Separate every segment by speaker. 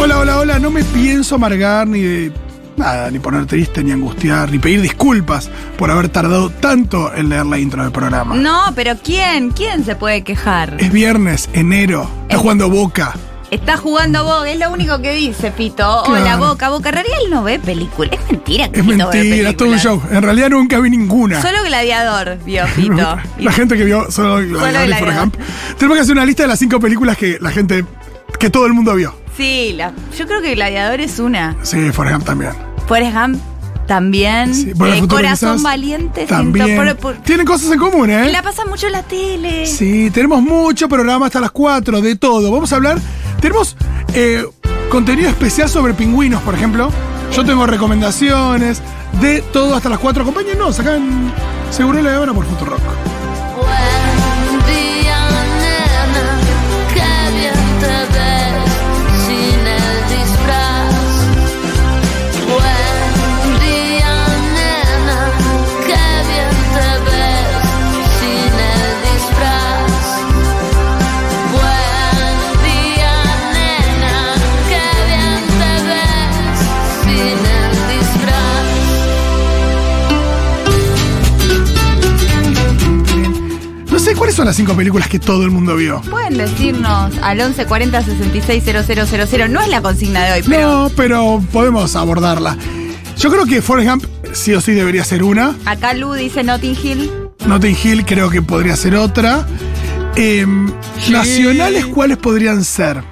Speaker 1: hola, hola, hola, no me pienso amargar ni de nada, ni poner triste, ni angustiar, ni pedir disculpas por haber tardado tanto en leer la intro del programa.
Speaker 2: No, pero ¿quién? ¿Quién se puede quejar?
Speaker 1: Es viernes, enero, está
Speaker 2: Es-
Speaker 1: jugando Boca.
Speaker 2: Está jugando Boca, es lo único que dice, Pito. Hola,
Speaker 1: Claro.
Speaker 2: Boca, Boca. En realidad él no ve películas. Es mentira que
Speaker 1: Es
Speaker 2: Pito ve
Speaker 1: mentira, es todo un
Speaker 2: películas.
Speaker 1: show. En realidad nunca vi ninguna.
Speaker 2: Solo Gladiador vio, Pito. Y-
Speaker 1: La gente que vio solo, Gladiador y
Speaker 2: Gladiador.
Speaker 1: Forrest Gump. Tenemos que hacer una lista de las cinco películas que la gente, que todo el mundo vio.
Speaker 2: sí, la- yo creo que Gladiador es una.
Speaker 1: Sí, Forrest Gump también.
Speaker 2: Forrest Gump también.
Speaker 1: Sí, Volver al
Speaker 2: Eh,
Speaker 1: futuro
Speaker 2: Corazón
Speaker 1: quizás.
Speaker 2: Valiente.
Speaker 1: También.
Speaker 2: Cinto- por- por-
Speaker 1: Tienen cosas en común, ¿eh?
Speaker 2: la pasan mucho en la tele.
Speaker 1: Sí, tenemos mucho programa hasta las 4, de todo. Vamos a hablar. Tenemos eh, contenido especial sobre pingüinos, por ejemplo. Yo tengo recomendaciones de todo hasta las 4. Acompáñennos acá en Seguro la Habana por Futuro Rock.
Speaker 3: Buen día, nena, qué bien te ves sin el disfraz. Buen día, nena, qué bien te ves sin el disfraz. Buen día, nena, qué bien te ves sin el disfraz.
Speaker 1: No sé cuáles son las cinco películas que todo el mundo vio.
Speaker 2: Pueden decirnos al 1140 660000. No es la consigna de hoy, pero
Speaker 1: No, pero podemos abordarla. Yo creo que Forrest Gump sí o sí debería ser una.
Speaker 2: acá Lu dice Notting Hill.
Speaker 1: Notting Hill creo que podría ser otra. Em, Nacionales, ¿cuáles podrían ser?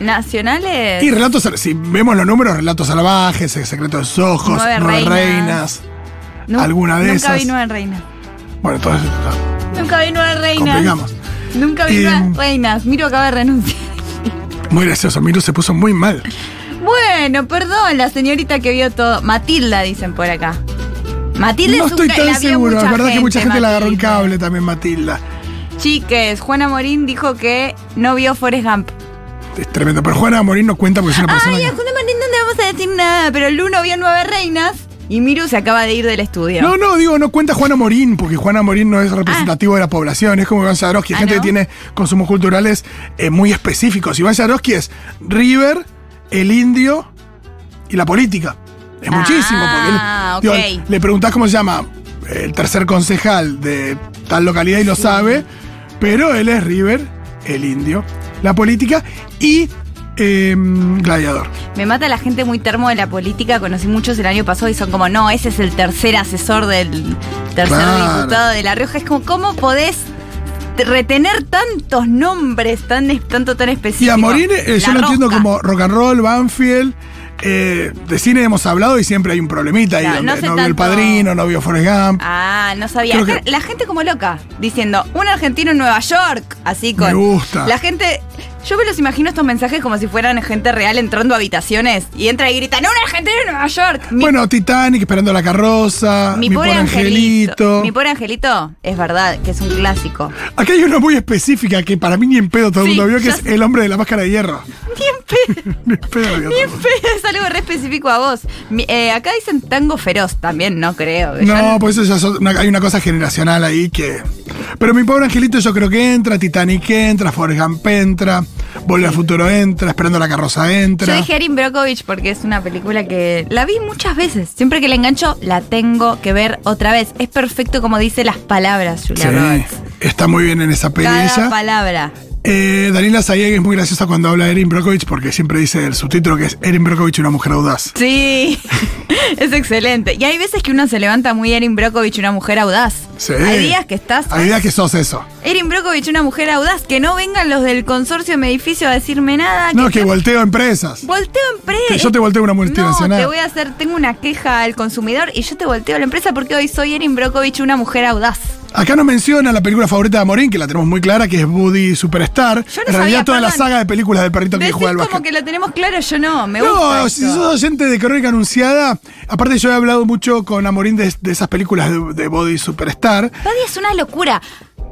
Speaker 2: Nacionales.
Speaker 1: Y relatos, sal- si vemos los números, relatos salvajes, el secreto de los ojos,
Speaker 2: Nueve
Speaker 1: nueve, reinas.
Speaker 2: reinas. Nu-
Speaker 1: alguna de
Speaker 2: nunca
Speaker 1: esas.
Speaker 2: vi Nueva Reina.
Speaker 1: Bueno, todo eso está-
Speaker 2: Nunca vi Nueva Reina.
Speaker 1: complicamos.
Speaker 2: Nunca vi
Speaker 1: Eh,
Speaker 2: Nueva Reinas. Miro acaba de renunciar.
Speaker 1: Muy gracioso, Miru se puso muy mal.
Speaker 2: Bueno, perdón, la señorita que vio todo. Matilda, dicen por acá. Matilda
Speaker 1: no
Speaker 2: es un
Speaker 1: estoy
Speaker 2: ca-
Speaker 1: tan
Speaker 2: la vio
Speaker 1: seguro, es
Speaker 2: mucha
Speaker 1: verdad que mucha gente la agarró en
Speaker 2: Matilda.
Speaker 1: cable también, Matilda.
Speaker 2: Chiques, Juana Morín dijo que no vio Forrest Gump.
Speaker 1: Es tremendo, pero Juana Morín no cuenta porque es una persona
Speaker 2: Ay, a
Speaker 1: que-
Speaker 2: Juana Morín no le vamos a decir nada, pero Lu no vio Nueve Reinas y Miru se acaba de ir del estudio.
Speaker 1: No, no, digo, no cuenta Juana Morín, porque Juana Morín no es representativo de la población, es como Iván Swarovski,
Speaker 2: Ah,
Speaker 1: gente que
Speaker 2: ¿no?
Speaker 1: tiene consumos culturales eh, muy específicos. Iván Swarovski es River, el indio y la política. Es
Speaker 2: Ah,
Speaker 1: muchísimo, porque él-
Speaker 2: ok.
Speaker 1: le preguntás cómo se llama el tercer concejal de tal localidad y lo sabe, pero él es River, el indio, la política y em, gladiador.
Speaker 2: Me mata la gente muy termo de la política, conocí muchos el año pasado y son como, no, ese es el tercer asesor del tercer
Speaker 1: Claro.
Speaker 2: diputado de La Rioja. Es como, ¿cómo podés t- retener tantos nombres tan es- tanto tan
Speaker 1: Y
Speaker 2: específicos?
Speaker 1: a Morín, eh, yo lo
Speaker 2: La
Speaker 1: entiendo
Speaker 2: Rosca.
Speaker 1: como rock and roll, Banfield. eh, de cine hemos hablado y siempre hay un problemita ahí.
Speaker 2: Claro,
Speaker 1: donde
Speaker 2: no sé
Speaker 1: no vio el
Speaker 2: tanto-
Speaker 1: padrino, no vio Forrest Gump.
Speaker 2: Ah, no sabía.
Speaker 1: Creo que-
Speaker 2: La gente como loca, diciendo, un argentino en Nueva York, así con...
Speaker 1: Me gusta.
Speaker 2: La gente... Yo me los imagino estos mensajes como si fueran gente real entrando a habitaciones y entra y gritan, un argentino en Nueva York. Mi-
Speaker 1: bueno, Titanic, esperando la carroza. Mi, pobre angelito.
Speaker 2: Mi pobre angelito, es verdad, que es un clásico.
Speaker 1: Acá hay una muy específica que para mí ni en pedo todo el
Speaker 2: Sí,
Speaker 1: mundo vio, que
Speaker 2: yo
Speaker 1: es
Speaker 2: sé.
Speaker 1: el hombre de la máscara de hierro.
Speaker 2: Ni
Speaker 1: ni en
Speaker 2: en pedo,
Speaker 1: pedo lo vio todo
Speaker 2: ni
Speaker 1: el
Speaker 2: en
Speaker 1: mundo.
Speaker 2: pedo, es algo re específico a vos. Mi- eh, acá dicen tango feroz también, no creo. Ya
Speaker 1: No, pues eso ya son- una- hay una cosa generacional ahí que. Pero mi pobre angelito yo creo que entra, Titanic entra, Forrest Gump entra, Volver al futuro entra, Esperando la carroza entra.
Speaker 2: Yo dije Erin Brockovich porque es una película que la vi muchas veces. Siempre que la engancho, la tengo que ver otra vez. Es perfecto como dice las palabras, Julia Roberts.
Speaker 1: Sí, está muy bien en esa peli
Speaker 2: Cada
Speaker 1: ella.
Speaker 2: palabra.
Speaker 1: Eh, Daniela Sayeg es muy graciosa cuando habla de Erin Brockovich porque siempre dice el subtítulo que es Erin Brockovich, una mujer audaz.
Speaker 2: Sí, es excelente. Y hay veces que uno se levanta muy Erin Brockovich, una mujer audaz.
Speaker 1: Sí.
Speaker 2: Hay días que estás.
Speaker 1: Hay días que sos eso.
Speaker 2: Erin Brockovich, una mujer audaz. Que no vengan los del consorcio de mi edificio a decirme nada.
Speaker 1: No, que volteo empresas.
Speaker 2: Volteo
Speaker 1: Que
Speaker 2: empresa.
Speaker 1: yo te volteo una
Speaker 2: No,
Speaker 1: multinacional.
Speaker 2: te voy a hacer, tengo una queja al consumidor y yo te volteo a la empresa porque hoy soy Erin Brockovich, una mujer audaz.
Speaker 1: Acá nos menciona la película favorita de Morín, que la tenemos muy clara, que es Buddy Superstar.
Speaker 2: Yo no
Speaker 1: en realidad
Speaker 2: sabía,
Speaker 1: toda la
Speaker 2: perdón.
Speaker 1: saga de películas del perrito que
Speaker 2: Decís
Speaker 1: juega al
Speaker 2: como
Speaker 1: básquet.
Speaker 2: que lo tenemos claro, yo no, me gusta.
Speaker 1: No,
Speaker 2: esto.
Speaker 1: si sos oyente de Crónica Anunciada, aparte yo he hablado mucho con Amorín de, de esas películas de, de Body Superstar.
Speaker 2: Buddy es una locura.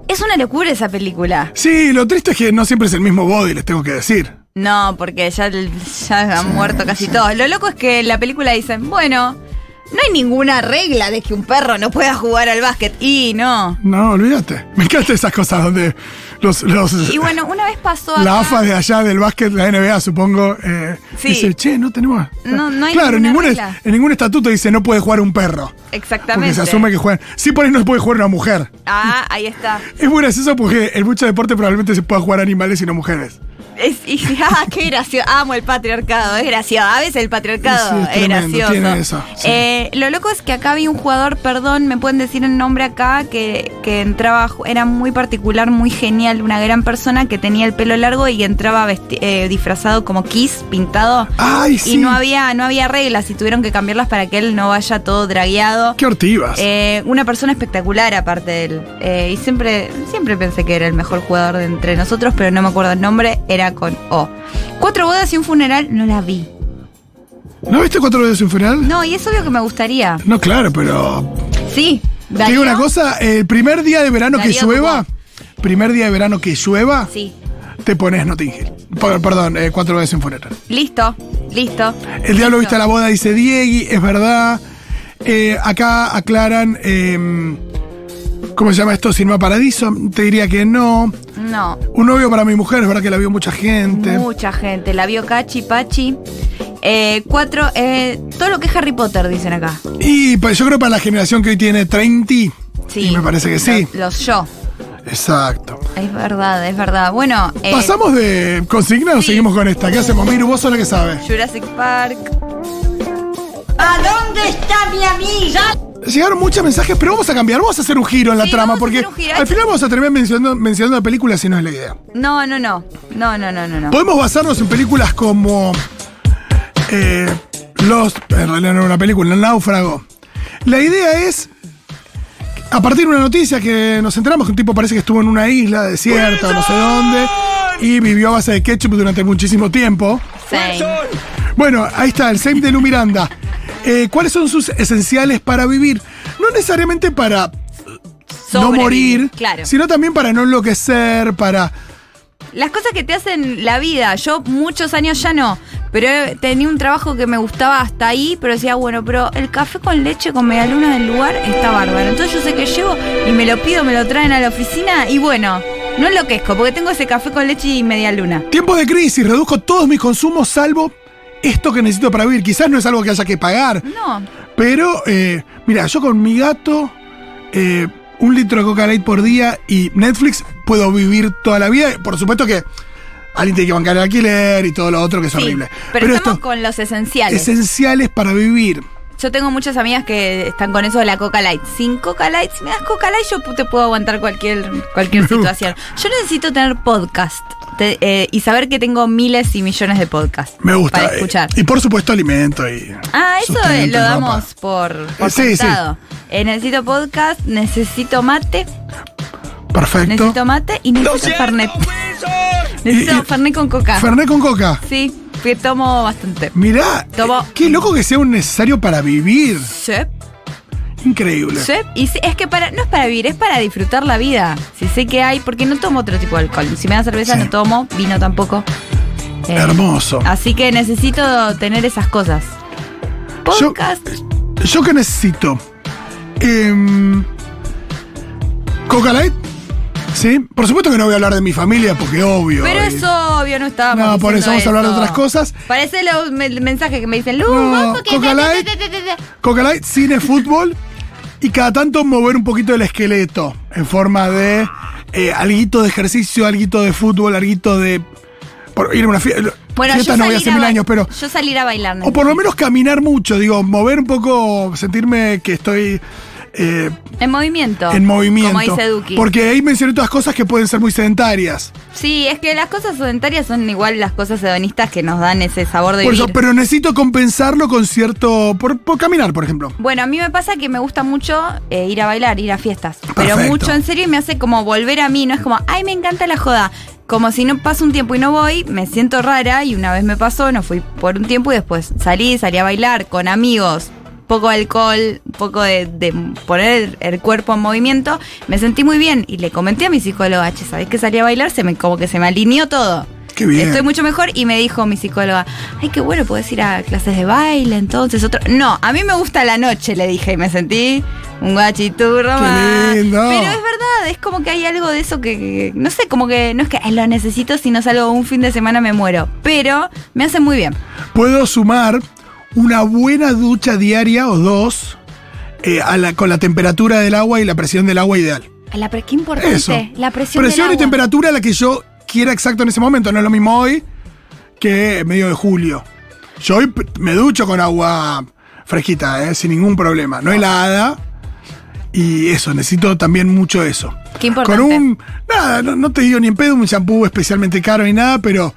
Speaker 2: Es una locura esa película.
Speaker 1: Sí, lo triste es que no siempre es el mismo Body, les tengo que decir.
Speaker 2: No, porque ya, ya han muerto casi todos. Lo loco es que en la película dicen, bueno, No hay ninguna regla de que un perro no pueda jugar al básquet. Y no.
Speaker 1: No, olvídate. Me encantan esas cosas donde los. los
Speaker 2: Y bueno, una vez pasó
Speaker 1: la
Speaker 2: acá-
Speaker 1: AFA de allá del básquet, la NBA, supongo, eh,
Speaker 2: Sí.
Speaker 1: dice, che, no tenemos.
Speaker 2: No, no hay
Speaker 1: claro, en
Speaker 2: ninguna
Speaker 1: ningún,
Speaker 2: regla.
Speaker 1: en ningún estatuto dice no puede jugar un perro. Porque
Speaker 2: Exactamente.
Speaker 1: se asume que juegan. Sí, por ahí no puede jugar una mujer.
Speaker 2: Ah, ahí está.
Speaker 1: Es muy gracioso porque en muchos deportes probablemente se pueda jugar animales y no mujeres.
Speaker 2: Es, y- ah, qué gracioso. Amo el patriarcado, es gracioso. A veces el patriarcado
Speaker 1: Sí, es
Speaker 2: es
Speaker 1: tremendo,
Speaker 2: gracioso.
Speaker 1: tiene eso, sí.
Speaker 2: Eh, lo loco es que acá vi un jugador, perdón, me pueden decir el nombre acá, que, que entraba, era muy particular, muy genial, una gran persona que tenía el pelo largo y entraba vesti- eh, disfrazado como Kiss, pintado.
Speaker 1: ¡Ay,
Speaker 2: Y
Speaker 1: sí!
Speaker 2: no había, no había reglas y tuvieron que cambiarlas para que él no vaya todo dragueado.
Speaker 1: ¡Qué hortivas!
Speaker 2: Eh, una persona espectacular aparte de él. Eh, y siempre, siempre pensé que era el mejor jugador de entre nosotros, pero no me acuerdo el nombre, era con O. Cuatro bodas y un funeral, no la vi.
Speaker 1: ¿No viste cuatro veces un funeral?
Speaker 2: No, y es obvio que me gustaría.
Speaker 1: No, claro, pero.
Speaker 2: Sí,
Speaker 1: Te
Speaker 2: Darío.
Speaker 1: digo una cosa: el primer día de verano que
Speaker 2: Darío
Speaker 1: llueva, primer día de verano que llueva,
Speaker 2: Sí.
Speaker 1: te pones Notting Hill. P- Perdón, eh, cuatro veces un funeral.
Speaker 2: Listo, listo.
Speaker 1: El diablo viste a la boda, dice Diegui, es verdad. Eh, acá aclaran. eh, ¿Cómo se llama esto? Silma Paradiso. Te diría que no.
Speaker 2: No.
Speaker 1: Un novio para mi mujer, es verdad que la vio mucha gente.
Speaker 2: Mucha gente. La vio Cachi, Pachi. Eh, cuatro, eh, todo lo que es Harry Potter, dicen acá.
Speaker 1: Y pues, yo creo para la generación que hoy tiene 30.
Speaker 2: Sí.
Speaker 1: Y me parece que sí.
Speaker 2: Los, los yo.
Speaker 1: Exacto.
Speaker 2: Es verdad, es verdad. Bueno, eh,
Speaker 1: ¿Pasamos de consigna o
Speaker 2: sí.
Speaker 1: seguimos con esta? ¿Qué hacemos, Miru? Vos sos la que sabes.
Speaker 2: Jurassic Park.
Speaker 4: ¿A dónde está mi amiga?
Speaker 1: Llegaron muchos mensajes, pero vamos a cambiar, vamos a hacer un giro en la
Speaker 2: Sí,
Speaker 1: trama,
Speaker 2: vamos a
Speaker 1: porque
Speaker 2: hacer un giro.
Speaker 1: al final vamos a terminar mencionando, mencionando la película si no es la idea.
Speaker 2: No, no, no. No, no, no, no, no.
Speaker 1: Podemos basarnos en películas como eh, Los, en realidad no era una película, El Náufrago. La idea es, a partir de una noticia que nos enteramos, que un tipo parece que estuvo en una isla desierta, no sé dónde, y vivió a base de ketchup durante muchísimo tiempo.
Speaker 2: Same.
Speaker 1: Bueno, ahí está, el same de Lu Miranda. Eh, ¿Cuáles son sus esenciales para vivir? No necesariamente para no
Speaker 2: Sobrevivir,
Speaker 1: morir,
Speaker 2: Claro.
Speaker 1: sino también para no enloquecer, para...
Speaker 2: Las cosas que te hacen la vida. Yo muchos años ya no. Pero eh, tenía un trabajo que me gustaba hasta ahí, pero decía, bueno, pero el café con leche con medialunas del lugar está bárbaro. Entonces yo sé que llevo y me lo pido, me lo traen a la oficina y bueno, no enloquezco porque tengo ese café con leche y media luna.
Speaker 1: Tiempos de crisis, reduzco todos mis consumos salvo esto que necesito para vivir. Quizás no es algo que haya que pagar,
Speaker 2: No,
Speaker 1: pero eh, mira, yo con mi gato, eh, un litro de Coca Light por día y Netflix puedo vivir toda la vida. Por supuesto que alguien tiene que bancar el alquiler y todo lo otro que es
Speaker 2: sí.
Speaker 1: horrible.
Speaker 2: Pero, estamos
Speaker 1: esto,
Speaker 2: con los esenciales.
Speaker 1: esenciales para vivir.
Speaker 2: Yo tengo muchas amigas que están con eso de la Coca Light. Sin Coca Light, si me das Coca Light, yo te puedo aguantar cualquier, cualquier
Speaker 1: Me gusta.
Speaker 2: situación. Yo necesito tener podcast te- eh, y saber que tengo miles y millones de podcasts
Speaker 1: Me gusta. eh,
Speaker 2: para escuchar.
Speaker 1: Y, por supuesto alimento y...
Speaker 2: Ah, eso eh,
Speaker 1: sustento,
Speaker 2: lo
Speaker 1: ropa.
Speaker 2: damos por, por
Speaker 1: Eh, sí,
Speaker 2: sentado. Eh, necesito podcast, necesito mate,
Speaker 1: Perfecto.
Speaker 2: necesito mate y necesito Fernet.
Speaker 1: Y-
Speaker 2: Necesito
Speaker 1: y-
Speaker 2: Fernet con Coca.
Speaker 1: Fernet con Coca.
Speaker 2: Sí, que tomo bastante.
Speaker 1: Mirá,
Speaker 2: Tomo.
Speaker 1: eh, qué loco que sea un necesario para vivir.
Speaker 2: Sí,
Speaker 1: Increíble.
Speaker 2: sí. Y sí, es que para, no es para vivir, es para disfrutar la vida. Si sé que hay, porque no tomo otro tipo de alcohol. Si me da cerveza
Speaker 1: Sí.
Speaker 2: no tomo, vino tampoco. Eh,
Speaker 1: Hermoso.
Speaker 2: Así que necesito tener esas cosas.
Speaker 1: Yo-
Speaker 2: Podcast.
Speaker 1: ¿Yo qué necesito? Em, Coca Light. Sí. Por supuesto que no voy a hablar de mi familia porque obvio.
Speaker 2: Pero
Speaker 1: eh,
Speaker 2: eso obvio, no estábamos.
Speaker 1: No, por eso
Speaker 2: diciendo
Speaker 1: vamos a hablar de
Speaker 2: eso.
Speaker 1: otras cosas.
Speaker 2: Parece los me- mensajes que me dicen, Lu,
Speaker 1: No, e-".
Speaker 2: vos porque-
Speaker 1: Coca Light. Coca Light, cine, fútbol. Y cada tanto mover un poquito el esqueleto en forma de eh, alguito de ejercicio, alguito de fútbol, alguito de. Por ir a una fiesta.
Speaker 2: Bueno,
Speaker 1: fiesta
Speaker 2: yo
Speaker 1: no voy a
Speaker 2: salir
Speaker 1: hacer
Speaker 2: a
Speaker 1: mil
Speaker 2: ba-
Speaker 1: años, pero.
Speaker 2: Yo salir a bailar.
Speaker 1: O por lo menos caminar mucho, digo, mover un poco, sentirme que estoy eh,
Speaker 2: En movimiento.
Speaker 1: en movimiento.
Speaker 2: Como dice Duki.
Speaker 1: Porque ahí mencioné todas cosas que pueden ser muy sedentarias.
Speaker 2: Sí, es que las cosas sedentarias son igual las cosas hedonistas que nos dan ese sabor de
Speaker 1: Por eso,
Speaker 2: vivir.
Speaker 1: pero necesito compensarlo con cierto. por, por caminar, por ejemplo.
Speaker 2: Bueno, a mí me pasa que me gusta mucho eh, ir a bailar, ir a fiestas. Pero
Speaker 1: Perfecto.
Speaker 2: mucho en serio y me hace como volver a mí. No es como, ay, me encanta la joda. Como si no pasa un tiempo y no voy, me siento rara y una vez me pasó, no fui por un tiempo y después salí, salí a bailar con amigos, poco de alcohol, un poco de, de poner el, el cuerpo en movimiento, me sentí muy bien y le comenté a mi psicóloga, che, ¿sabés que salí a bailar? Se me, como que se me alineó todo.
Speaker 1: Qué bien.
Speaker 2: Estoy mucho mejor y me dijo mi psicóloga, ay, qué bueno, puedes ir a clases de baile, entonces otro... No, a mí me gusta la noche, le dije, y me sentí un guachiturro
Speaker 1: Qué
Speaker 2: más.
Speaker 1: lindo.
Speaker 2: Pero es verdad, es como que hay algo de eso que, que- no sé, como que no es que "Ay, lo necesito, si no salgo un fin de semana me muero, pero me hace muy bien.
Speaker 1: Puedo sumar una buena ducha diaria o dos eh, a la- con la temperatura del agua y la presión del agua ideal.
Speaker 2: A La pre- qué importante,
Speaker 1: Eso.
Speaker 2: la presión,
Speaker 1: Presión
Speaker 2: del
Speaker 1: y
Speaker 2: agua.
Speaker 1: temperatura la que yo quiera exacto en ese momento. No es lo mismo hoy que en medio de julio. Yo hoy p- me ducho con agua fresquita, eh, sin ningún problema. No helada. Y eso, necesito también mucho eso.
Speaker 2: Qué importante.
Speaker 1: Con un. Nada, no, no te digo ni en pedo un shampoo especialmente caro ni nada, pero.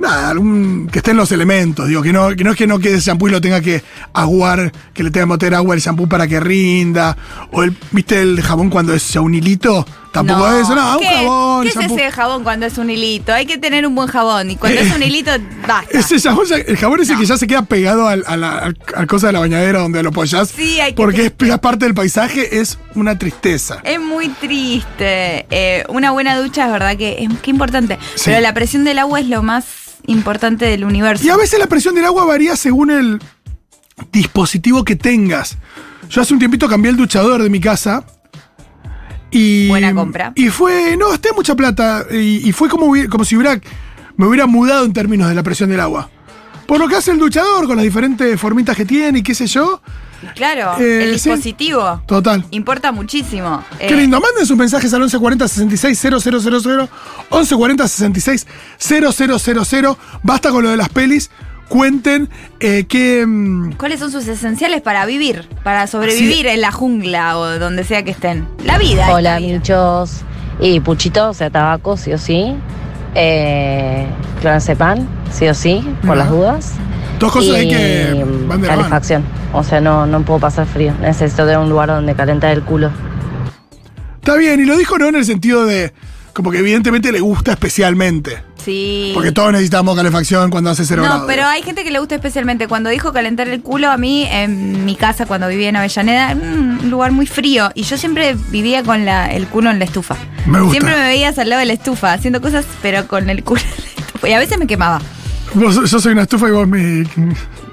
Speaker 1: Nada, algún- que estén los elementos. Digo, que no, que no es que no quede el shampoo y lo tenga que aguar, que le tenga que meter agua al shampoo para que rinda. O el, ¿viste el jabón cuando es un hilito? Tampoco
Speaker 2: No.
Speaker 1: es eso, no, un
Speaker 2: ¿Qué-
Speaker 1: jabón,
Speaker 2: ¿Qué es
Speaker 1: shampoo.
Speaker 2: ese jabón cuando es un hilito? Hay que tener un buen jabón y cuando es un hilito, basta.
Speaker 1: Ese jabón, ya- el jabón ese que ya se queda pegado al- a la, al- al cosa de la bañadera donde lo apoyás.
Speaker 2: Sí, hay que
Speaker 1: Porque es, es parte del paisaje, es una tristeza.
Speaker 2: Es muy triste. Eh, una buena ducha es verdad que es que importante.
Speaker 1: Sí.
Speaker 2: Pero la presión del agua es lo más importante del universo.
Speaker 1: Y a veces la presión del agua varía según el dispositivo que tengas. Yo hace un tiempito cambié el duchador de mi casa. Y,
Speaker 2: Buena compra.
Speaker 1: Y fue, no gasté mucha plata. Y, y fue como, hubi- como si hubiera, me hubiera mudado en términos de la presión del agua. Por lo que hace el duchador, con las diferentes formitas que tiene y qué sé yo.
Speaker 2: claro,
Speaker 1: Eh,
Speaker 2: el
Speaker 1: sí.
Speaker 2: dispositivo
Speaker 1: Total.
Speaker 2: importa muchísimo. Eh,
Speaker 1: Qué lindo. Manden sus mensajes al 1140-660000. 1140-660000. Basta con lo de las pelis. Cuenten eh, qué. mm,
Speaker 2: ¿Cuáles son sus esenciales para vivir, para sobrevivir
Speaker 1: Ah, Sí.
Speaker 2: en la jungla o donde sea que estén? La vida.
Speaker 5: Hola,
Speaker 2: esta vida.
Speaker 5: michos. Y puchito, o sea, tabaco, sí o sí. Eh, clonazepam, sí o sí, por
Speaker 1: Ajá.
Speaker 5: las dudas.
Speaker 1: Dos cosas ahí
Speaker 5: y
Speaker 6: Eh,
Speaker 5: mm,
Speaker 1: que van de la mano.
Speaker 5: calefacción. O sea, no, no puedo pasar frío. Necesito de un lugar donde calentar el culo.
Speaker 1: Está bien, y lo dijo no en el sentido de. Como que evidentemente le gusta especialmente.
Speaker 2: Sí.
Speaker 1: Porque todos necesitamos calefacción cuando hace cero grados.
Speaker 2: No, pero hay gente que le gusta especialmente. Cuando dijo calentar el culo, a mí, en mi casa, cuando vivía en Avellaneda, era un lugar muy frío. Y yo siempre vivía con la, el culo en la estufa.
Speaker 1: Me gusta.
Speaker 2: Siempre me veías al lado de la estufa, haciendo cosas, pero con el culo en la estufa. Y a veces me quemaba.
Speaker 1: Vos- yo soy una estufa y vos mi.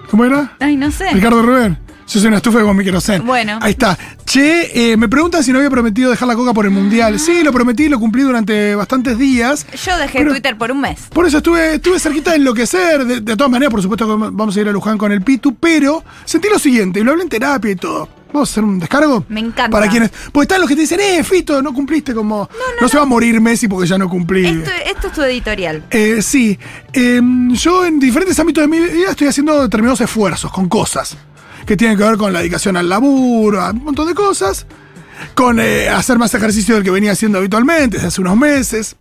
Speaker 1: ¿Cómo era?
Speaker 2: Ay, no sé.
Speaker 1: Ricardo Rubén. Yo soy una estufa y vos mi querosén.
Speaker 2: Bueno.
Speaker 1: Ahí está. Che, eh, me preguntan si no había prometido dejar la coca por el mundial. Sí, lo prometí, lo cumplí durante bastantes días.
Speaker 2: Yo dejé
Speaker 1: Pero-
Speaker 2: Twitter por un mes.
Speaker 1: Por eso estuve, estuve cerquita de enloquecer. De, de todas maneras, por supuesto que vamos a ir a Luján con el Pitu, pero sentí lo siguiente, y lo hablé en terapia y todo. ¿Vamos a hacer un descargo?
Speaker 2: Me encanta.
Speaker 1: Para quienes. Porque están los que te dicen, eh, Fito, no cumpliste como. No, se va a morir Messi porque ya no cumplí.
Speaker 2: Esto, esto es tu editorial.
Speaker 1: Eh, sí, Eh, yo en diferentes ámbitos de mi vida estoy haciendo determinados esfuerzos con cosas que tienen que ver con la dedicación al laburo, a un montón de cosas, con eh, hacer más ejercicio del que venía haciendo habitualmente desde hace unos meses.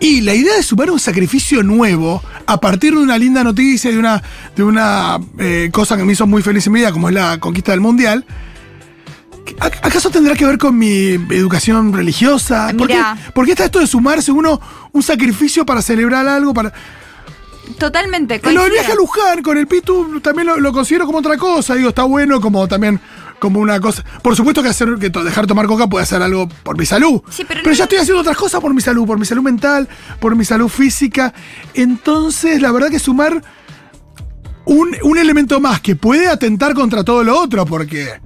Speaker 1: Y la idea de sumar un sacrificio nuevo a partir de una linda noticia, de una, de una eh, cosa que me hizo muy feliz en mi vida, como es la conquista del mundial. ¿ac- ¿Acaso tendrá que ver con mi educación religiosa? ¿Por qué,
Speaker 2: Mirá.
Speaker 1: por qué está esto de sumarse uno un sacrificio para celebrar algo? Para...
Speaker 2: Totalmente.
Speaker 1: Lo del
Speaker 2: coincido.
Speaker 1: viaje a Luján con el Pitu también lo, lo considero como otra cosa. Digo, está bueno como también como una cosa. Por supuesto que hacer que to- dejar tomar coca puede hacer algo por mi salud.
Speaker 2: Sí, pero no-
Speaker 1: ya estoy haciendo otras cosas por mi salud, por mi salud mental, por mi salud física. Entonces, la verdad que sumar un, un elemento más que puede atentar contra todo lo otro, porque.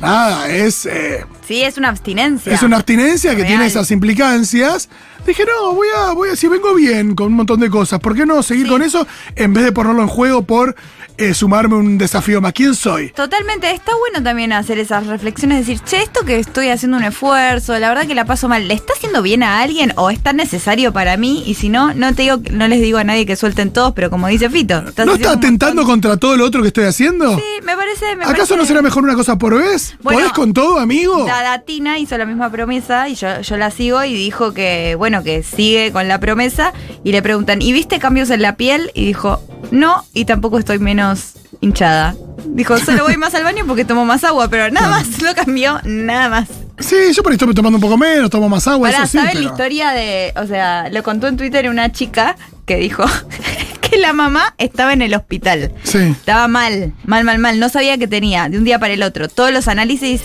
Speaker 1: Nada, es. eh,
Speaker 2: Sí, es una abstinencia.
Speaker 1: es una abstinencia que
Speaker 2: Real.
Speaker 1: tiene esas implicancias. Dije, no, voy a, voy a, si vengo bien con un montón de cosas, ¿por qué no seguir con eso en vez de ponerlo en juego por eh, sumarme un desafío más? ¿Quién soy?
Speaker 2: Totalmente, está bueno también hacer esas reflexiones, decir, che, esto que estoy haciendo un esfuerzo, la verdad que la paso mal, ¿le está haciendo bien a alguien o es tan necesario para mí? Y si no, no te digo, no les digo a nadie que suelten todos, pero como dice Fito, estás
Speaker 1: ¿No
Speaker 2: haciendo
Speaker 1: está
Speaker 2: un
Speaker 1: atentando
Speaker 2: montón-
Speaker 1: contra todo lo otro que estoy haciendo?
Speaker 2: Sí, me parece... Me
Speaker 1: ¿Acaso
Speaker 2: parece-
Speaker 1: no será mejor una cosa por vez?
Speaker 2: Bueno,
Speaker 1: ¿Podés con todo, amigo?
Speaker 2: La Datina hizo la misma promesa y yo, yo la sigo y dijo que, bueno, que sigue con la promesa y le preguntan, ¿y viste cambios en la piel? Y dijo, no, y tampoco estoy menos hinchada. Dijo, solo voy más al baño porque tomo más agua, pero nada más, no cambió, nada más.
Speaker 1: Sí, yo por ahí estoy tomando un poco menos, tomo más agua,
Speaker 2: Pará,
Speaker 1: eso sí.
Speaker 2: ¿saben
Speaker 1: pero-
Speaker 2: la historia de.? O sea, lo contó en Twitter una chica que dijo que la mamá estaba en el hospital.
Speaker 1: Sí.
Speaker 2: Estaba mal, mal, mal, mal. No sabía qué tenía de un día para el otro. Todos los análisis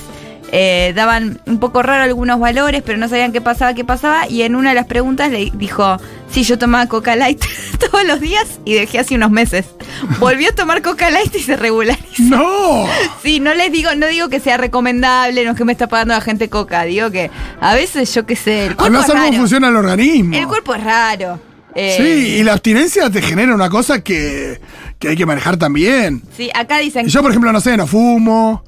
Speaker 2: eh, daban un poco raro algunos valores, pero no sabían qué pasaba, qué pasaba. Y en una de las preguntas le dijo, sí, yo tomaba Coca Light todos los días y dejé hace unos meses. Volvió a tomar Coca Light y se regularizó.
Speaker 1: ¡No!
Speaker 2: Sí, no les digo, no digo que sea recomendable, no es que me está pagando la gente coca, digo que a veces yo qué sé, el cuerpo
Speaker 1: Además,
Speaker 2: es
Speaker 1: Ah, cómo
Speaker 2: raro.
Speaker 1: funciona el organismo.
Speaker 2: El cuerpo es raro. Eh,
Speaker 1: Sí, y la abstinencia te genera una cosa que, que hay que manejar también.
Speaker 2: sí, acá dicen
Speaker 1: Y yo, por ejemplo, no sé, no fumo.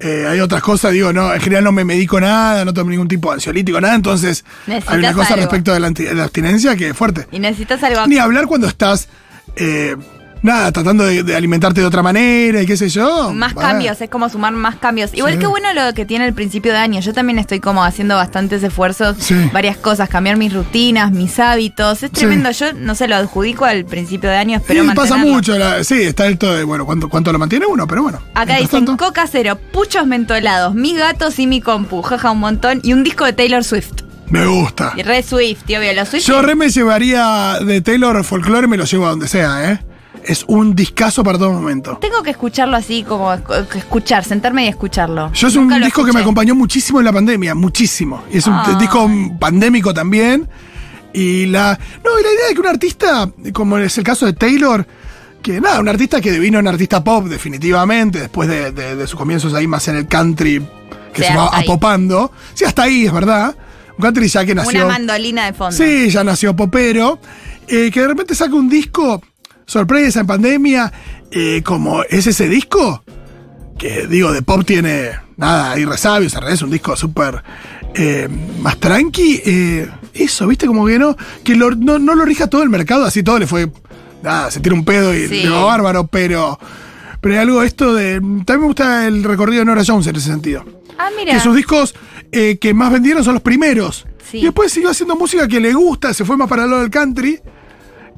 Speaker 1: eh, hay otras cosas, digo, no, en general no me medico nada, no tomo ningún tipo de ansiolítico, nada. Entonces, hay una
Speaker 2: Necesitas
Speaker 1: cosa
Speaker 2: algo.
Speaker 1: respecto de la, anti- de la abstinencia que es fuerte.
Speaker 2: y necesitas algo
Speaker 1: Ni hablar cuando estás, eh, nada, tratando de, de alimentarte de otra manera y qué sé yo.
Speaker 2: más
Speaker 1: Bueno.
Speaker 2: cambios, eh, es como sumar más cambios. Igual
Speaker 1: Oh, Sí.
Speaker 2: que bueno lo que tiene el principio de año. Yo también estoy como haciendo bastantes esfuerzos,
Speaker 1: Sí.
Speaker 2: varias cosas, cambiar mis rutinas, mis hábitos. Es tremendo, yo no sé, lo adjudico al principio de año, espero
Speaker 1: Y pasa
Speaker 2: mantenerlo.
Speaker 1: mucho, la- sí, está esto de, bueno, ¿cuánto, cuánto lo mantiene uno, pero bueno.
Speaker 2: Acá
Speaker 1: mientras
Speaker 2: dicen
Speaker 1: tanto.
Speaker 2: coca cero, puchos mentolados, mis gatos y mi compu, jaja un montón, y un disco de Taylor Swift.
Speaker 1: Me gusta.
Speaker 2: Y Red Swift, y obvio, los Swift.
Speaker 1: Yo re me llevaría de Taylor folclore, me lo llevo a donde sea, ¿eh? Es un discazo para todo momento.
Speaker 2: Tengo que escucharlo así, como esc- que escuchar, sentarme y escucharlo.
Speaker 1: Yo es un
Speaker 2: Nunca lo
Speaker 1: disco que me
Speaker 2: escuché.
Speaker 1: acompañó muchísimo en la pandemia, muchísimo. Y es un
Speaker 2: Ay.
Speaker 1: disco pandémico también. Y la. No, y la idea de que un artista, como es el caso de Taylor, que nada, un artista que vino un artista pop, definitivamente, después de, de- de sus comienzos ahí más en el country, que
Speaker 2: Sí,
Speaker 1: se va
Speaker 2: hasta ahí.
Speaker 1: apopando. Sí, hasta ahí, es verdad. Un country ya que nació.
Speaker 2: Una mandolina de fondo.
Speaker 1: Sí, ya nació popero. eh, que de repente saca un disco, sorpresa, en pandemia, eh, como es ese disco, que digo, de pop tiene nada, y resabios, al revés, un disco súper eh, más tranqui. eh, eso, viste, como que no, que lo- no, no lo rija todo el mercado, así todo le fue, nada, se tira un pedo y
Speaker 2: Sí.
Speaker 1: le va bárbaro, pero... Pero hay algo de esto de... También me gusta el recorrido de Nora Jones en ese sentido.
Speaker 2: Ah, mira.
Speaker 1: Que sus discos eh, que más vendieron son los primeros.
Speaker 2: Sí.
Speaker 1: Y después siguió haciendo música que le gusta, se fue más para el lado del country.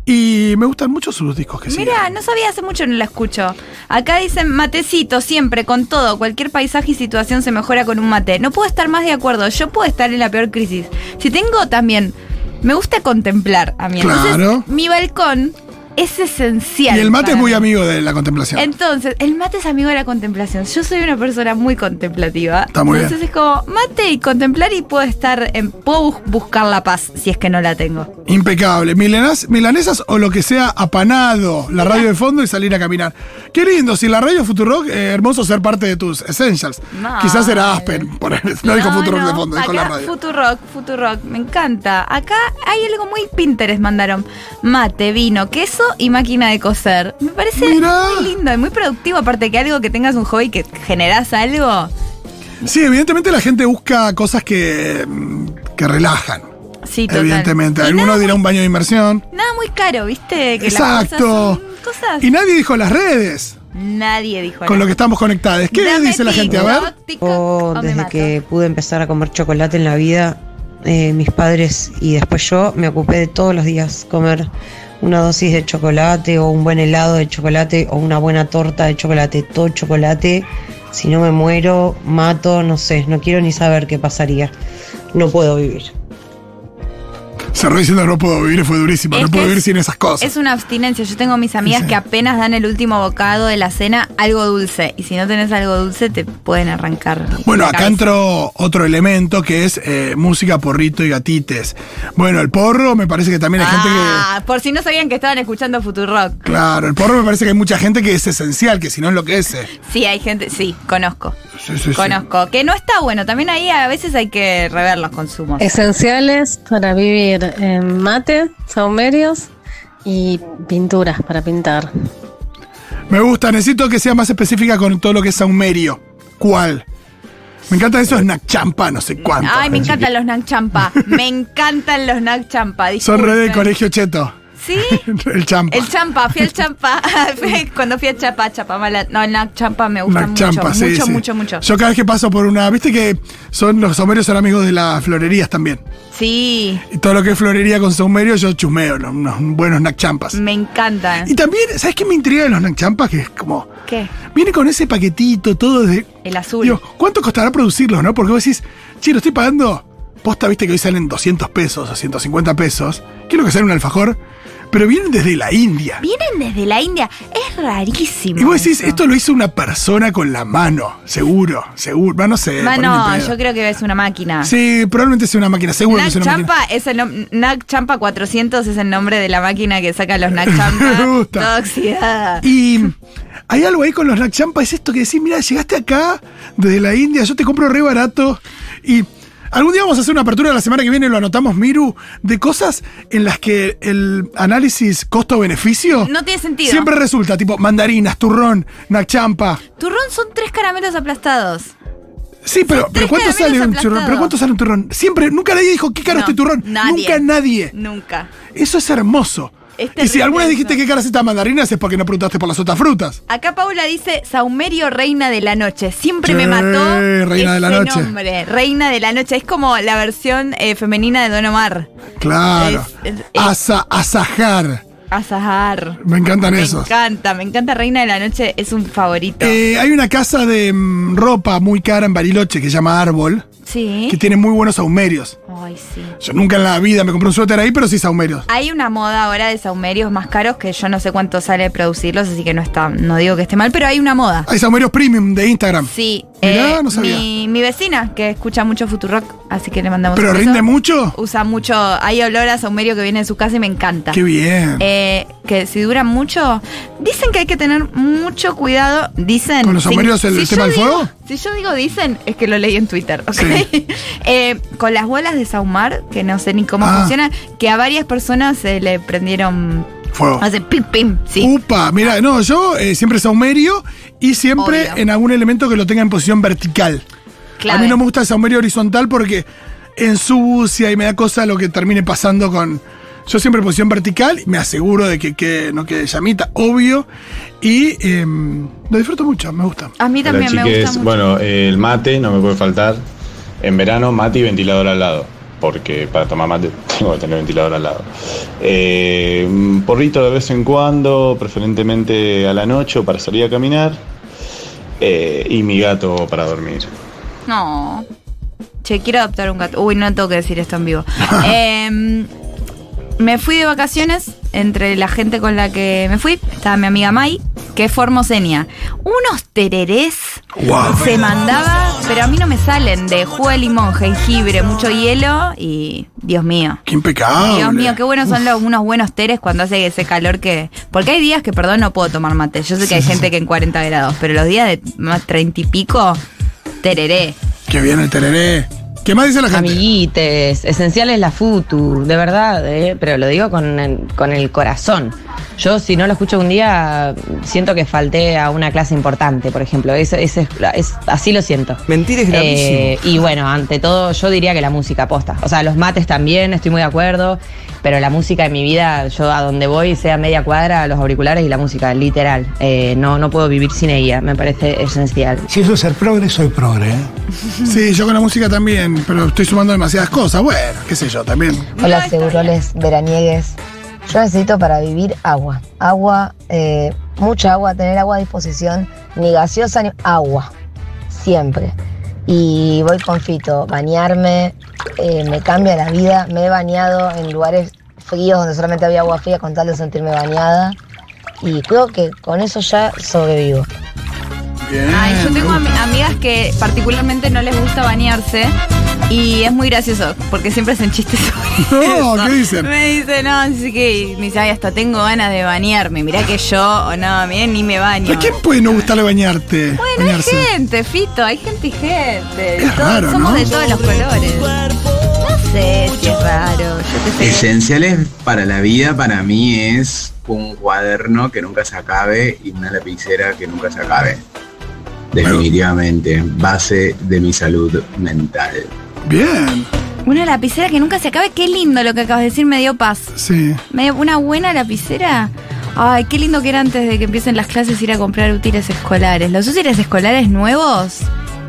Speaker 1: Y me gustan mucho sus discos que siguen.
Speaker 2: Mira, no sabía, hace mucho no la escucho. Acá dicen matecito, siempre, con todo. Cualquier paisaje y situación se mejora con un mate. No puedo estar más de acuerdo. Yo puedo estar en la peor crisis. Si tengo también. Me gusta contemplar a mí. Entonces,
Speaker 1: Claro.
Speaker 2: mi balcón es esencial.
Speaker 1: y el mate
Speaker 2: para
Speaker 1: es muy
Speaker 2: mí.
Speaker 1: amigo de la contemplación.
Speaker 2: Entonces, el mate es amigo de la contemplación. Yo soy una persona muy contemplativa.
Speaker 1: Está muy
Speaker 2: Entonces
Speaker 1: bien.
Speaker 2: es como mate y contemplar y puedo estar en, puedo bus- buscar la paz si es que no la tengo.
Speaker 1: Impecable. Milanas- milanesas o lo que sea, apanado, la radio de fondo y salir a caminar. Qué lindo, si la radio Futurock, eh, hermoso ser parte de tus essentials.
Speaker 2: Mal.
Speaker 1: Quizás era Aspen, por no, dijo Futurock de fondo, dijo la
Speaker 2: Acá,
Speaker 1: radio.
Speaker 2: Futurock, Futurock, me encanta. Acá hay algo muy Pinterest mandaron. Mate, vino, queso y máquina de coser. Me parece
Speaker 1: Mirá.
Speaker 2: muy lindo y muy productivo, aparte que algo que tengas un hobby que generás algo.
Speaker 1: Sí, evidentemente la gente busca cosas que, mm, que relajan.
Speaker 2: Sí, total.
Speaker 1: Evidentemente.
Speaker 2: Y
Speaker 1: Alguno
Speaker 2: nada,
Speaker 1: dirá un baño de inmersión.
Speaker 2: nada muy caro, ¿viste? Que las
Speaker 1: Exacto.
Speaker 2: cosas son cosas.
Speaker 1: Y nadie dijo las redes
Speaker 2: Nadie dijo
Speaker 1: con lo
Speaker 2: nada.
Speaker 1: que estamos conectados. ¿Qué
Speaker 2: Dame
Speaker 1: dice la gente? A ver.
Speaker 2: TikTok, TikTok,
Speaker 7: Yo,
Speaker 2: o Oh, me
Speaker 7: Oh, desde
Speaker 2: mato.
Speaker 7: que pude empezar a comer chocolate en la vida, eh, mis padres y después yo me ocupé de todos los días comer una dosis de chocolate o un buen helado de chocolate o una buena torta de chocolate, todo chocolate. Si no me muero, mato, no sé, no quiero ni saber qué pasaría. No puedo vivir.
Speaker 1: Cerró diciendo no puedo vivir, fue durísimo.
Speaker 2: Es
Speaker 1: no
Speaker 2: que
Speaker 1: puedo
Speaker 2: es-
Speaker 1: vivir sin esas cosas.
Speaker 2: Es una abstinencia. Yo tengo mis amigas
Speaker 1: Sí.
Speaker 2: que apenas dan el último bocado de la cena algo dulce. Y si no tenés algo dulce, te pueden arrancar.
Speaker 1: Bueno,
Speaker 2: la
Speaker 1: acá
Speaker 2: cabeza.
Speaker 1: entró otro elemento que es eh, música, porrito y gatites. Bueno, el porro me parece que también hay gente que.
Speaker 2: Ah, por si no sabían que estaban escuchando Futurock.
Speaker 1: Claro, el porro me parece que hay mucha gente que es esencial, que si no enloquece.
Speaker 2: Sí, hay gente. Sí, conozco.
Speaker 1: Sí, sí, sí.
Speaker 2: Conozco. Que no está bueno. También ahí a veces hay que rever los consumos.
Speaker 6: Esenciales para vivir en mate, saumerios y pinturas para pintar.
Speaker 1: Me gusta, necesito que sea más específica con todo lo que es saumerio. ¿Cuál? Me encantan esos snack champa, no sé cuánto.
Speaker 2: Ay, me encantan los Nac Champa. Me encantan los Nac Champa.
Speaker 1: Son
Speaker 2: disculpen.
Speaker 1: re de colegio cheto.
Speaker 2: Sí.
Speaker 1: El champa.
Speaker 2: El champa, fui al champa. Cuando fui a Chapa, Chapamala. No, el Nac Champa me gusta
Speaker 1: Una
Speaker 2: mucho.
Speaker 1: champa,
Speaker 2: mucho,
Speaker 1: sí,
Speaker 2: mucho,
Speaker 1: sí.
Speaker 2: mucho, mucho.
Speaker 1: Yo cada vez que paso por una, viste que son los saumerios son amigos de las florerías también.
Speaker 2: Sí,
Speaker 1: Y todo lo que es florería con saumerio, yo chumeo los- unos buenos snack champas.
Speaker 2: me encantan.
Speaker 1: Y también, ¿sabes qué me intriga de los snack champas? Que es como.
Speaker 2: ¿Qué?
Speaker 1: Viene con ese paquetito, todo de.
Speaker 2: El azul.
Speaker 1: Digo, ¿cuánto costará producirlos, no? Porque vos decís, che, lo estoy pagando. Posta, viste que hoy salen 200 pesos o 150 pesos. Quiero que sale un alfajor. pero vienen desde la India.
Speaker 2: Vienen desde la India. Es rarísimo.
Speaker 1: Y vos decís,
Speaker 2: eso.
Speaker 1: esto lo hizo una persona con la mano, seguro, seguro. Bueno, no sé.
Speaker 2: Ma, no,
Speaker 1: ponele en
Speaker 2: yo
Speaker 1: pedo.
Speaker 2: creo que es una máquina.
Speaker 1: Sí, probablemente sea una máquina, seguro que
Speaker 2: Nac
Speaker 1: sea una máquina.
Speaker 2: Champa es el nom- Nac Champa 400 es el nombre de la máquina que saca los Nac Champa.
Speaker 1: Me gusta.
Speaker 2: Toda oxidada.
Speaker 1: Y mm, hay algo ahí con los Nag Champa, es esto que decís, mira, llegaste acá desde la India, yo te compro re barato. Y algún día vamos a hacer una apertura la semana que viene, lo anotamos, Miru, de cosas en las que el análisis costo-beneficio
Speaker 2: No tiene sentido.
Speaker 1: siempre resulta, tipo mandarinas, turrón, Nag Champa.
Speaker 2: Turrón son tres caramelos aplastados.
Speaker 1: Sí, pero, pero
Speaker 2: tres
Speaker 1: ¿cuánto
Speaker 2: caramelos
Speaker 1: sale un
Speaker 2: aplastados.
Speaker 1: turrón? ¿Pero cuánto sale un turrón? Siempre, nunca nadie dijo qué caro
Speaker 2: No,
Speaker 1: este turrón.
Speaker 2: nadie.
Speaker 1: Nunca nadie.
Speaker 2: Nunca.
Speaker 1: Eso es hermoso.
Speaker 2: Es
Speaker 1: y si
Speaker 2: terrible
Speaker 1: alguna vez
Speaker 2: eso.
Speaker 1: dijiste qué caras estas mandarinas es porque no preguntaste por las otras frutas.
Speaker 2: Acá Paula dice Saumerio Reina de la Noche. Siempre me
Speaker 1: Sí,
Speaker 2: mató.
Speaker 1: Reina de la
Speaker 2: ese
Speaker 1: Noche.
Speaker 2: nombre, Reina de la Noche. Es como la versión eh, femenina de Don Omar.
Speaker 1: Claro.
Speaker 2: Es- es-
Speaker 1: Asa, asajar.
Speaker 2: Azahar.
Speaker 1: Me encantan
Speaker 2: Me
Speaker 1: esos.
Speaker 2: encanta, me encanta Reina de la Noche. Es un favorito.
Speaker 1: Eh, hay una casa de mm, ropa muy cara en Bariloche que se llama Árbol,
Speaker 2: sí.
Speaker 1: que tiene muy buenos saumerios.
Speaker 2: Ay, sí.
Speaker 1: Yo nunca en la vida me compré un suéter ahí, pero sí saumerios.
Speaker 2: Hay una moda ahora de saumerios más caros que yo no sé cuánto sale producirlos, así que no está, no digo que esté mal, pero hay una moda.
Speaker 1: Hay saumerios premium de Instagram.
Speaker 2: Sí,
Speaker 1: Mirá,
Speaker 2: eh,
Speaker 1: no sabía.
Speaker 2: mi, mi vecina que escucha mucho Futurock, así que le mandamos
Speaker 1: pero
Speaker 2: un beso.
Speaker 1: rinde mucho.
Speaker 2: Usa mucho, hay olor a saumerio que viene de su casa y me encanta.
Speaker 1: Qué bien.
Speaker 2: Eh, que si dura mucho, dicen que hay que tener mucho cuidado, dicen...
Speaker 1: ¿Con los
Speaker 2: sin-
Speaker 1: saumerios el
Speaker 2: yo
Speaker 1: tema del
Speaker 2: digo-
Speaker 1: fuego?
Speaker 2: Si yo digo dicen, es que lo leí en Twitter, ¿ok?
Speaker 1: Sí.
Speaker 2: Eh, con las bolas de saumar, que no sé ni cómo
Speaker 1: Ah.
Speaker 2: funcionan, que a varias personas se le prendieron
Speaker 1: Fuego.
Speaker 2: Hace pim, pim, sí.
Speaker 1: Upa, mira, no, yo eh, siempre saumerio y siempre
Speaker 2: Obvio.
Speaker 1: en algún elemento que lo tenga en posición vertical.
Speaker 2: Clave.
Speaker 1: A mí no me gusta el saumerio horizontal porque ensucia y me da cosa lo que termine pasando con. Yo siempre en posición vertical, me aseguro de que, que no quede llamita, obvio. Y em, lo disfruto mucho, me gusta.
Speaker 2: A mí
Speaker 8: Hola
Speaker 2: también me gusta
Speaker 8: chiques,
Speaker 2: mucho.
Speaker 8: bueno, eh, el mate no me puede faltar. En verano, mate y ventilador al lado. Porque para tomar mate tengo que tener ventilador al lado. Eh, un porrito de vez en cuando, preferentemente a la noche o para salir a caminar. Eh, y mi gato para dormir.
Speaker 2: No. Che, quiero adoptar un gato. Uy, no tengo que decir esto en vivo. Em, me fui de vacaciones entre la gente con la que me fui. Estaba mi amiga Mai, que es formoseña. Unos tererés
Speaker 1: Wow.
Speaker 2: se mandaba, pero a mí no me salen de jugo de limón, jengibre, mucho hielo y Dios mío.
Speaker 1: Qué impecable.
Speaker 2: Dios mío, qué buenos son los, unos buenos teres cuando hace ese calor que. Porque hay días que, perdón, no puedo tomar mate. Yo sé que hay gente que en 40 grados, pero los días de más 30 y pico, tereré.
Speaker 1: Qué bien el tereré. ¿Qué más dice la gente?
Speaker 5: Amiguites, esencial es la futu, de verdad, ¿eh? pero lo digo con el, con el corazón. Yo si no lo escucho un día, siento que falté a una clase importante, por ejemplo. Es, es- es- es- así lo siento.
Speaker 9: Mentir es gravísimo.
Speaker 5: Eh, y bueno, ante todo, yo diría que la música posta. O sea, los mates también, estoy muy de acuerdo. Pero la música en mi vida, yo a donde voy, sea media cuadra, los auriculares y la música, literal. Eh, no, no puedo vivir sin ella, me parece esencial.
Speaker 10: Si eso es ser progre, soy progre. ¿eh?
Speaker 1: Sí, yo con la música también, pero estoy sumando demasiadas cosas. Bueno, qué sé yo, también.
Speaker 2: No
Speaker 5: Hola,
Speaker 2: está
Speaker 5: seguroles veraniegues. Yo necesito para vivir agua. Agua, eh, mucha agua, tener agua a disposición, ni gaseosa, ni agua. Siempre. Y voy con Fito, bañarme, eh, me cambia la vida. Me he bañado en lugares fríos donde solamente había agua fría con tal de sentirme bañada. Y creo que con eso ya sobrevivo.
Speaker 1: Bien.
Speaker 2: Ay, yo
Speaker 1: me
Speaker 2: tengo
Speaker 1: gusta.
Speaker 2: ami- amigas que particularmente no les gusta bañarse. Y es muy gracioso, porque siempre hacen chistes sobre
Speaker 1: No,
Speaker 2: eso.
Speaker 1: ¿qué dicen?
Speaker 2: Me dicen, no, así que me dice, ay, hasta tengo ganas de bañarme. Mirá que yo, o no, miren, ni me baño.
Speaker 1: ¿A quién puede no gustarle bañarte?
Speaker 2: Bueno, hay
Speaker 1: bañarse?
Speaker 2: gente, Fito, hay gente y gente.
Speaker 1: Es
Speaker 2: Todos-
Speaker 1: raro,
Speaker 2: somos
Speaker 1: ¿no?
Speaker 2: de todos los colores. No sé si es raro. Yo qué sé.
Speaker 11: Esenciales para la vida para mí es un cuaderno que nunca se acabe y una lapicera que nunca se acabe. Definitivamente, base de mi salud mental.
Speaker 1: Bien.
Speaker 2: Una lapicera que nunca se acabe. Qué lindo lo que acabas de decir, me dio paz.
Speaker 1: Sí.
Speaker 2: Me dio una buena lapicera. Ay, qué lindo que era antes de que empiecen las clases ir a comprar útiles escolares. Los útiles escolares nuevos,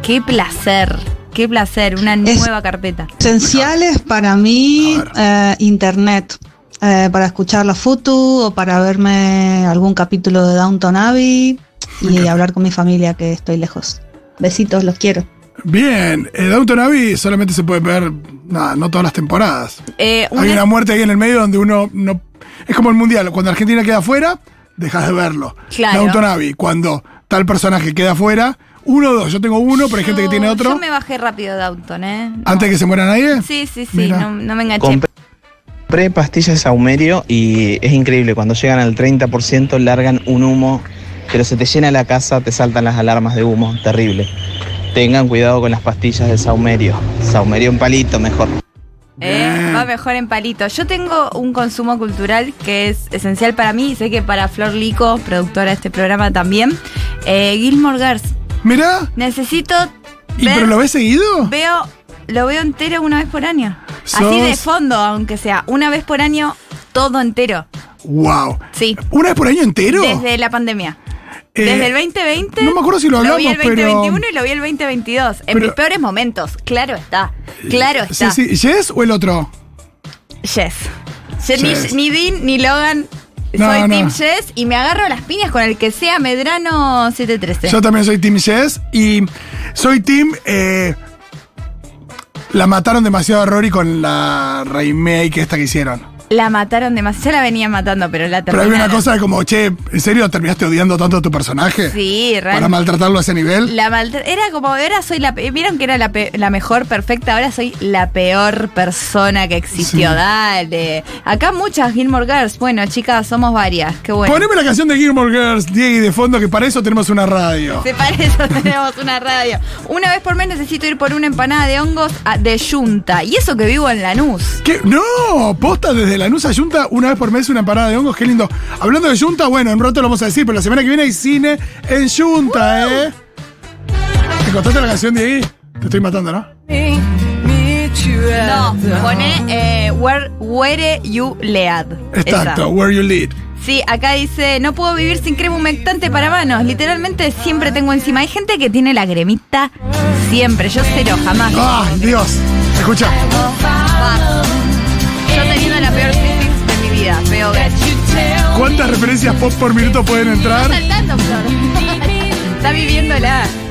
Speaker 2: qué placer. Qué placer, una
Speaker 12: Es-
Speaker 2: nueva carpeta.
Speaker 12: Esenciales para mí,
Speaker 1: A ver.
Speaker 12: eh, internet. eh, para escuchar la futu o para verme algún capítulo de Downton Abbey y hablar con mi familia que estoy lejos. Besitos, los quiero.
Speaker 1: Bien. Eh, Downton Abbey solamente se puede ver, nada, no todas las temporadas.
Speaker 2: Eh, un
Speaker 1: Hay
Speaker 2: es-
Speaker 1: una muerte ahí en el medio donde uno no Es como el mundial, cuando Argentina queda afuera, dejas de verlo.
Speaker 2: Claro.
Speaker 1: Downton Abbey, cuando tal personaje queda afuera, uno o dos, yo tengo uno, pero hay gente que tiene
Speaker 2: Yo-
Speaker 1: otro.
Speaker 2: Yo me bajé rápido de Downton, ¿eh? No.
Speaker 1: Antes de que se muera nadie.
Speaker 2: Sí, sí, sí,
Speaker 1: Mira.
Speaker 2: no, no me enganché.
Speaker 9: Compré pastillas Saumerio y es increíble, cuando llegan al 30% largan un humo, pero se te llena la casa, te saltan las alarmas de humo, terrible. Tengan cuidado con las pastillas de Saumerio. Saumerio en palito, mejor.
Speaker 2: ¿eh? Va mejor en palito. Yo tengo un consumo cultural que es esencial para mí y sé que para Flor Lico, productora de este programa también. Eh, Gilmore Girls.
Speaker 1: Mirá.
Speaker 2: Necesito.
Speaker 1: ¿Y pero lo ves seguido?
Speaker 2: Veo, lo veo entero una vez por año. Así
Speaker 1: Sos-
Speaker 2: de fondo, aunque sea. Una vez por año, todo entero.
Speaker 1: ¡Wow!
Speaker 2: Sí.
Speaker 1: ¿Una vez por año entero?
Speaker 2: Desde la pandemia.
Speaker 1: Eh,
Speaker 2: Desde el 2020.
Speaker 1: no me acuerdo si lo
Speaker 2: vi el
Speaker 1: hablamos, pero-
Speaker 2: 2021 y lo vi el 2022. En mis peores momentos. Claro está. Claro
Speaker 1: Eh, Sí,
Speaker 2: está.
Speaker 1: sí. ¿Yes o el otro?
Speaker 2: Yes. Yo ni-
Speaker 1: Yes.
Speaker 2: Ni, Dean ni Logan.
Speaker 1: No,
Speaker 2: soy
Speaker 1: no.
Speaker 2: Team Yes y me agarro a las piñas con el que sea Medrano 713.
Speaker 1: Yo también soy Team Yes y soy Team. eh, la mataron demasiado a Rory con la remake esta que hicieron.
Speaker 2: La mataron demasiado. Ya la venía matando, pero la
Speaker 1: Pero hay una
Speaker 2: terminaron.
Speaker 1: cosa de como, che, ¿en serio terminaste odiando tanto a tu personaje?
Speaker 2: Sí,
Speaker 1: Para
Speaker 2: realmente.
Speaker 1: maltratarlo a ese nivel.
Speaker 2: La maltra- era como, ahora soy la pe- Vieron que era la, pe- la mejor perfecta, ahora soy la peor persona que existió.
Speaker 1: Sí.
Speaker 2: Dale. Acá muchas Gilmore Girls. Bueno, chicas, somos varias. Qué bueno.
Speaker 1: Poneme la canción de Gilmore Girls, Diego, y de fondo, que para eso tenemos una radio.
Speaker 2: Se para eso tenemos una radio. Una vez por mes necesito ir por una empanada de hongos a- de yunta. Y eso que vivo en Lanús.
Speaker 1: ¿Qué? ¡No! Posta desde la a Junta, una vez por mes una parada de hongos, qué lindo. Hablando de Junta, bueno, en un rato lo vamos a decir, pero la semana que viene hay cine en Junta, ¿eh? ¿Te contaste la canción de ahí? Te estoy matando, ¿no?
Speaker 2: No, pone eh, where, where you lead.
Speaker 1: Exacto, Where You Lead.
Speaker 2: Sí, acá dice, no puedo vivir sin crema humectante para manos. Literalmente siempre tengo encima. Hay gente que tiene la gremita siempre. Yo cero, jamás.
Speaker 1: ¡Ah, Dios! Escucha.
Speaker 2: Yo teniendo la peor crisis de mi vida. Veo que-
Speaker 1: ¿Cuántas referencias pop por minuto pueden entrar?
Speaker 2: Está saltando, Flor. Está viviéndola. Es-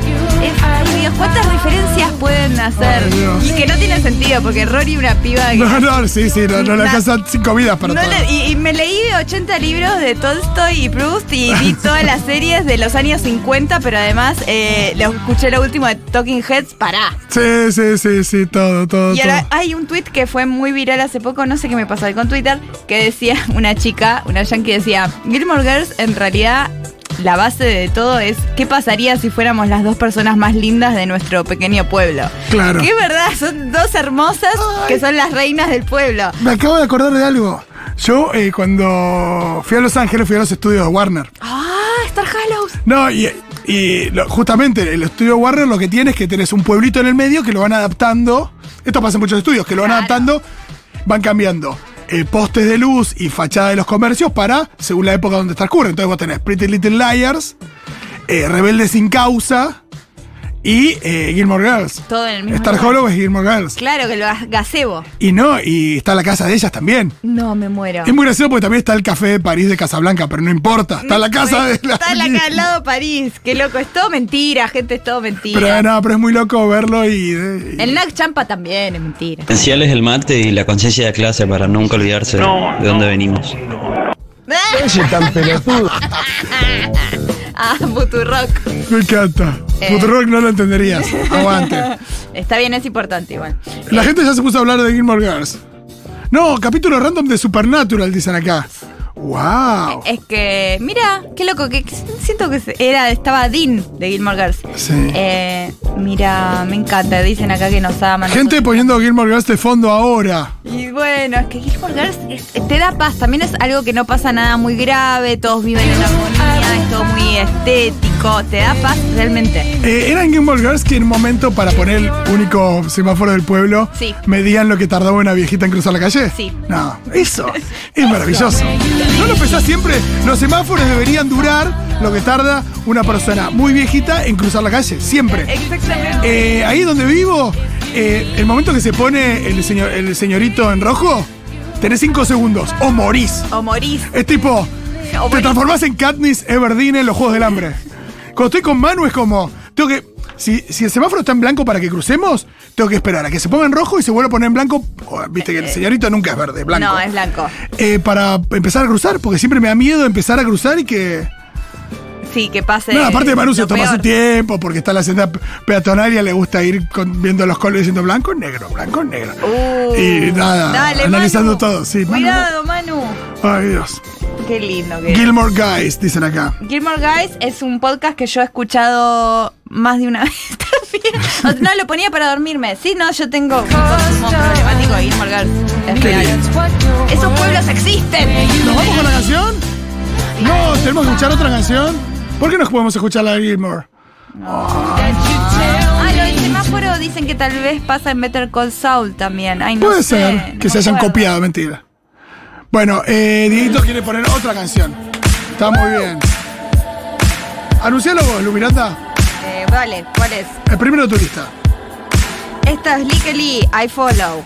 Speaker 2: Dios, ¿Cuántas referencias pueden hacer?
Speaker 1: Ay, Dios.
Speaker 2: y que no tiene sentido, porque Rory una piba que...
Speaker 1: No, no, sí, sí, no, no le alcanzan cinco vidas para
Speaker 2: No
Speaker 1: todo.
Speaker 2: le- y, y me leí 80 libros de Tolstoy y Proust y vi todas las series de los años 50, pero además eh, lo escuché lo último de Talking Heads, pará.
Speaker 1: Sí, sí, sí, sí, todo, todo,
Speaker 2: Y ahora
Speaker 1: todo.
Speaker 2: hay un tweet que fue muy viral hace poco, no sé qué me pasó ahí con Twitter, que decía una chica, una yankee decía, Gilmore Girls en realidad la base de todo es qué pasaría si fuéramos las dos personas más lindas de nuestro pequeño pueblo.
Speaker 1: Claro.
Speaker 2: Que es verdad, son dos hermosas que son las reinas del pueblo.
Speaker 1: Me acabo de acordar de algo. Yo, eh, cuando fui a Los Ángeles, fui a los estudios de Warner.
Speaker 2: Ah, Star Hallows.
Speaker 1: No, y, y lo- justamente el estudio Warner lo que tiene es que tenés un pueblito en el medio que lo van adaptando. Esto pasa en muchos estudios, que lo van adaptando, van cambiando eh, postes de luz y fachada de los comercios para, según la época donde transcurre. Entonces vos tenés Pretty Little Liars, eh, Rebelde sin Causa y eh, Gilmore Girls.
Speaker 2: Todo en el mismo
Speaker 1: Star
Speaker 2: lugar.
Speaker 1: Hollow es Gilmore Girls.
Speaker 2: Claro, que lo ha- gazebo.
Speaker 1: Y no, y está la casa de ellas también.
Speaker 2: No, me muero.
Speaker 1: Es muy gracioso porque también está el café de París de Casablanca, pero no importa, está la casa de la...
Speaker 2: Está la ca- al lado París. Qué loco, es todo mentira, gente, es todo mentira.
Speaker 1: Pero no, pero es muy loco verlo y... y-
Speaker 2: El Nac Champa también es mentira.
Speaker 13: Esencial es el mate y la conciencia de clase para nunca olvidarse de dónde venimos.
Speaker 1: tan pelotudo.
Speaker 2: Ah, Futurock.
Speaker 1: Me encanta.
Speaker 2: Eh.
Speaker 1: Futurock no lo entenderías. Aguante.
Speaker 2: Está bien, es importante igual.
Speaker 1: La gente ya se puso a hablar de Gilmore Girls. No, capítulo random de Supernatural, dicen acá. ¡Wow!
Speaker 2: Es que, mira, qué loco, que que siento que se- era, estaba Dean de Gilmore Girls.
Speaker 1: Sí.
Speaker 2: Eh, mira, me encanta, dicen acá que nos aman.
Speaker 1: Gente poniendo Gilmore Girls de fondo ahora.
Speaker 2: Y bueno, es que Gilmore Girls es- te da paz. También es algo que no pasa nada muy grave, todos viven en armonía, es todo muy estético, te da paz realmente.
Speaker 1: Eh, era en Gilmore Girls que en un momento, para poner el único semáforo del pueblo,
Speaker 2: Sí.
Speaker 1: medían lo que tardaba una viejita en cruzar la calle.
Speaker 2: Sí.
Speaker 1: No, eso es maravilloso. ¿No lo pensás siempre? Los semáforos deberían durar lo que tarda una persona muy viejita en cruzar la calle. Siempre.
Speaker 2: Exactamente.
Speaker 1: Eh, ahí donde vivo, eh, el momento que se pone el, señor, el señorito en rojo, tenés cinco segundos o morís.
Speaker 2: O morís.
Speaker 1: Es tipo,
Speaker 2: O
Speaker 1: te
Speaker 2: morís.
Speaker 1: transformás en Katniss Everdeen en los Juegos del Hambre. Cuando estoy con Manu es como, tengo que si, si el semáforo está en blanco para que crucemos, tengo que esperar a que se ponga en rojo y se vuelva a poner en blanco. Oh, Viste que el señorito nunca es verde, es blanco.
Speaker 2: Eh, No, es blanco.
Speaker 1: Eh, para empezar a cruzar, porque siempre me da miedo empezar a cruzar y que.
Speaker 2: Sí, que pase.
Speaker 1: no, aparte de Manu se
Speaker 2: lo
Speaker 1: toma su
Speaker 2: peor.
Speaker 1: tiempo porque está en la senda pe- peatonal y le gusta ir con- viendo los colores diciendo blanco, negro, blanco, negro.
Speaker 2: Uh,
Speaker 1: y nada,
Speaker 2: dale,
Speaker 1: analizando
Speaker 2: Manu.
Speaker 1: todo, sí. Manu,
Speaker 2: Cuidado, Manu.
Speaker 1: Ay, Dios.
Speaker 2: Qué lindo que es.
Speaker 1: Gilmore Guys, dicen acá.
Speaker 2: Gilmore Guys es un podcast que yo he escuchado más de una vez también. O sea, no, lo ponía para dormirme. Sí, no, yo tengo un consumo problemático de Gilmore Girls. Es
Speaker 1: Qué
Speaker 2: real. Esos pueblos existen.
Speaker 1: ¿Nos vamos con la canción? No, tenemos que escuchar otra canción. ¿Por qué no podemos escuchar la de Gilmore?
Speaker 2: Ah, lo del semáforo dicen que tal vez pasa en Better Call Saul también. Ay, no
Speaker 1: Puede
Speaker 2: sé,
Speaker 1: ser
Speaker 2: no
Speaker 1: que
Speaker 2: me
Speaker 1: se hayan
Speaker 2: acuerdo.
Speaker 1: copiado, mentira. Bueno, eh, Dieguito quiere poner otra canción. Está muy bien. Anuncialo vos, Luminata.
Speaker 2: Eh, vale, ¿cuál es?
Speaker 1: El primero turista.
Speaker 2: Esta es Lickely, I Follow.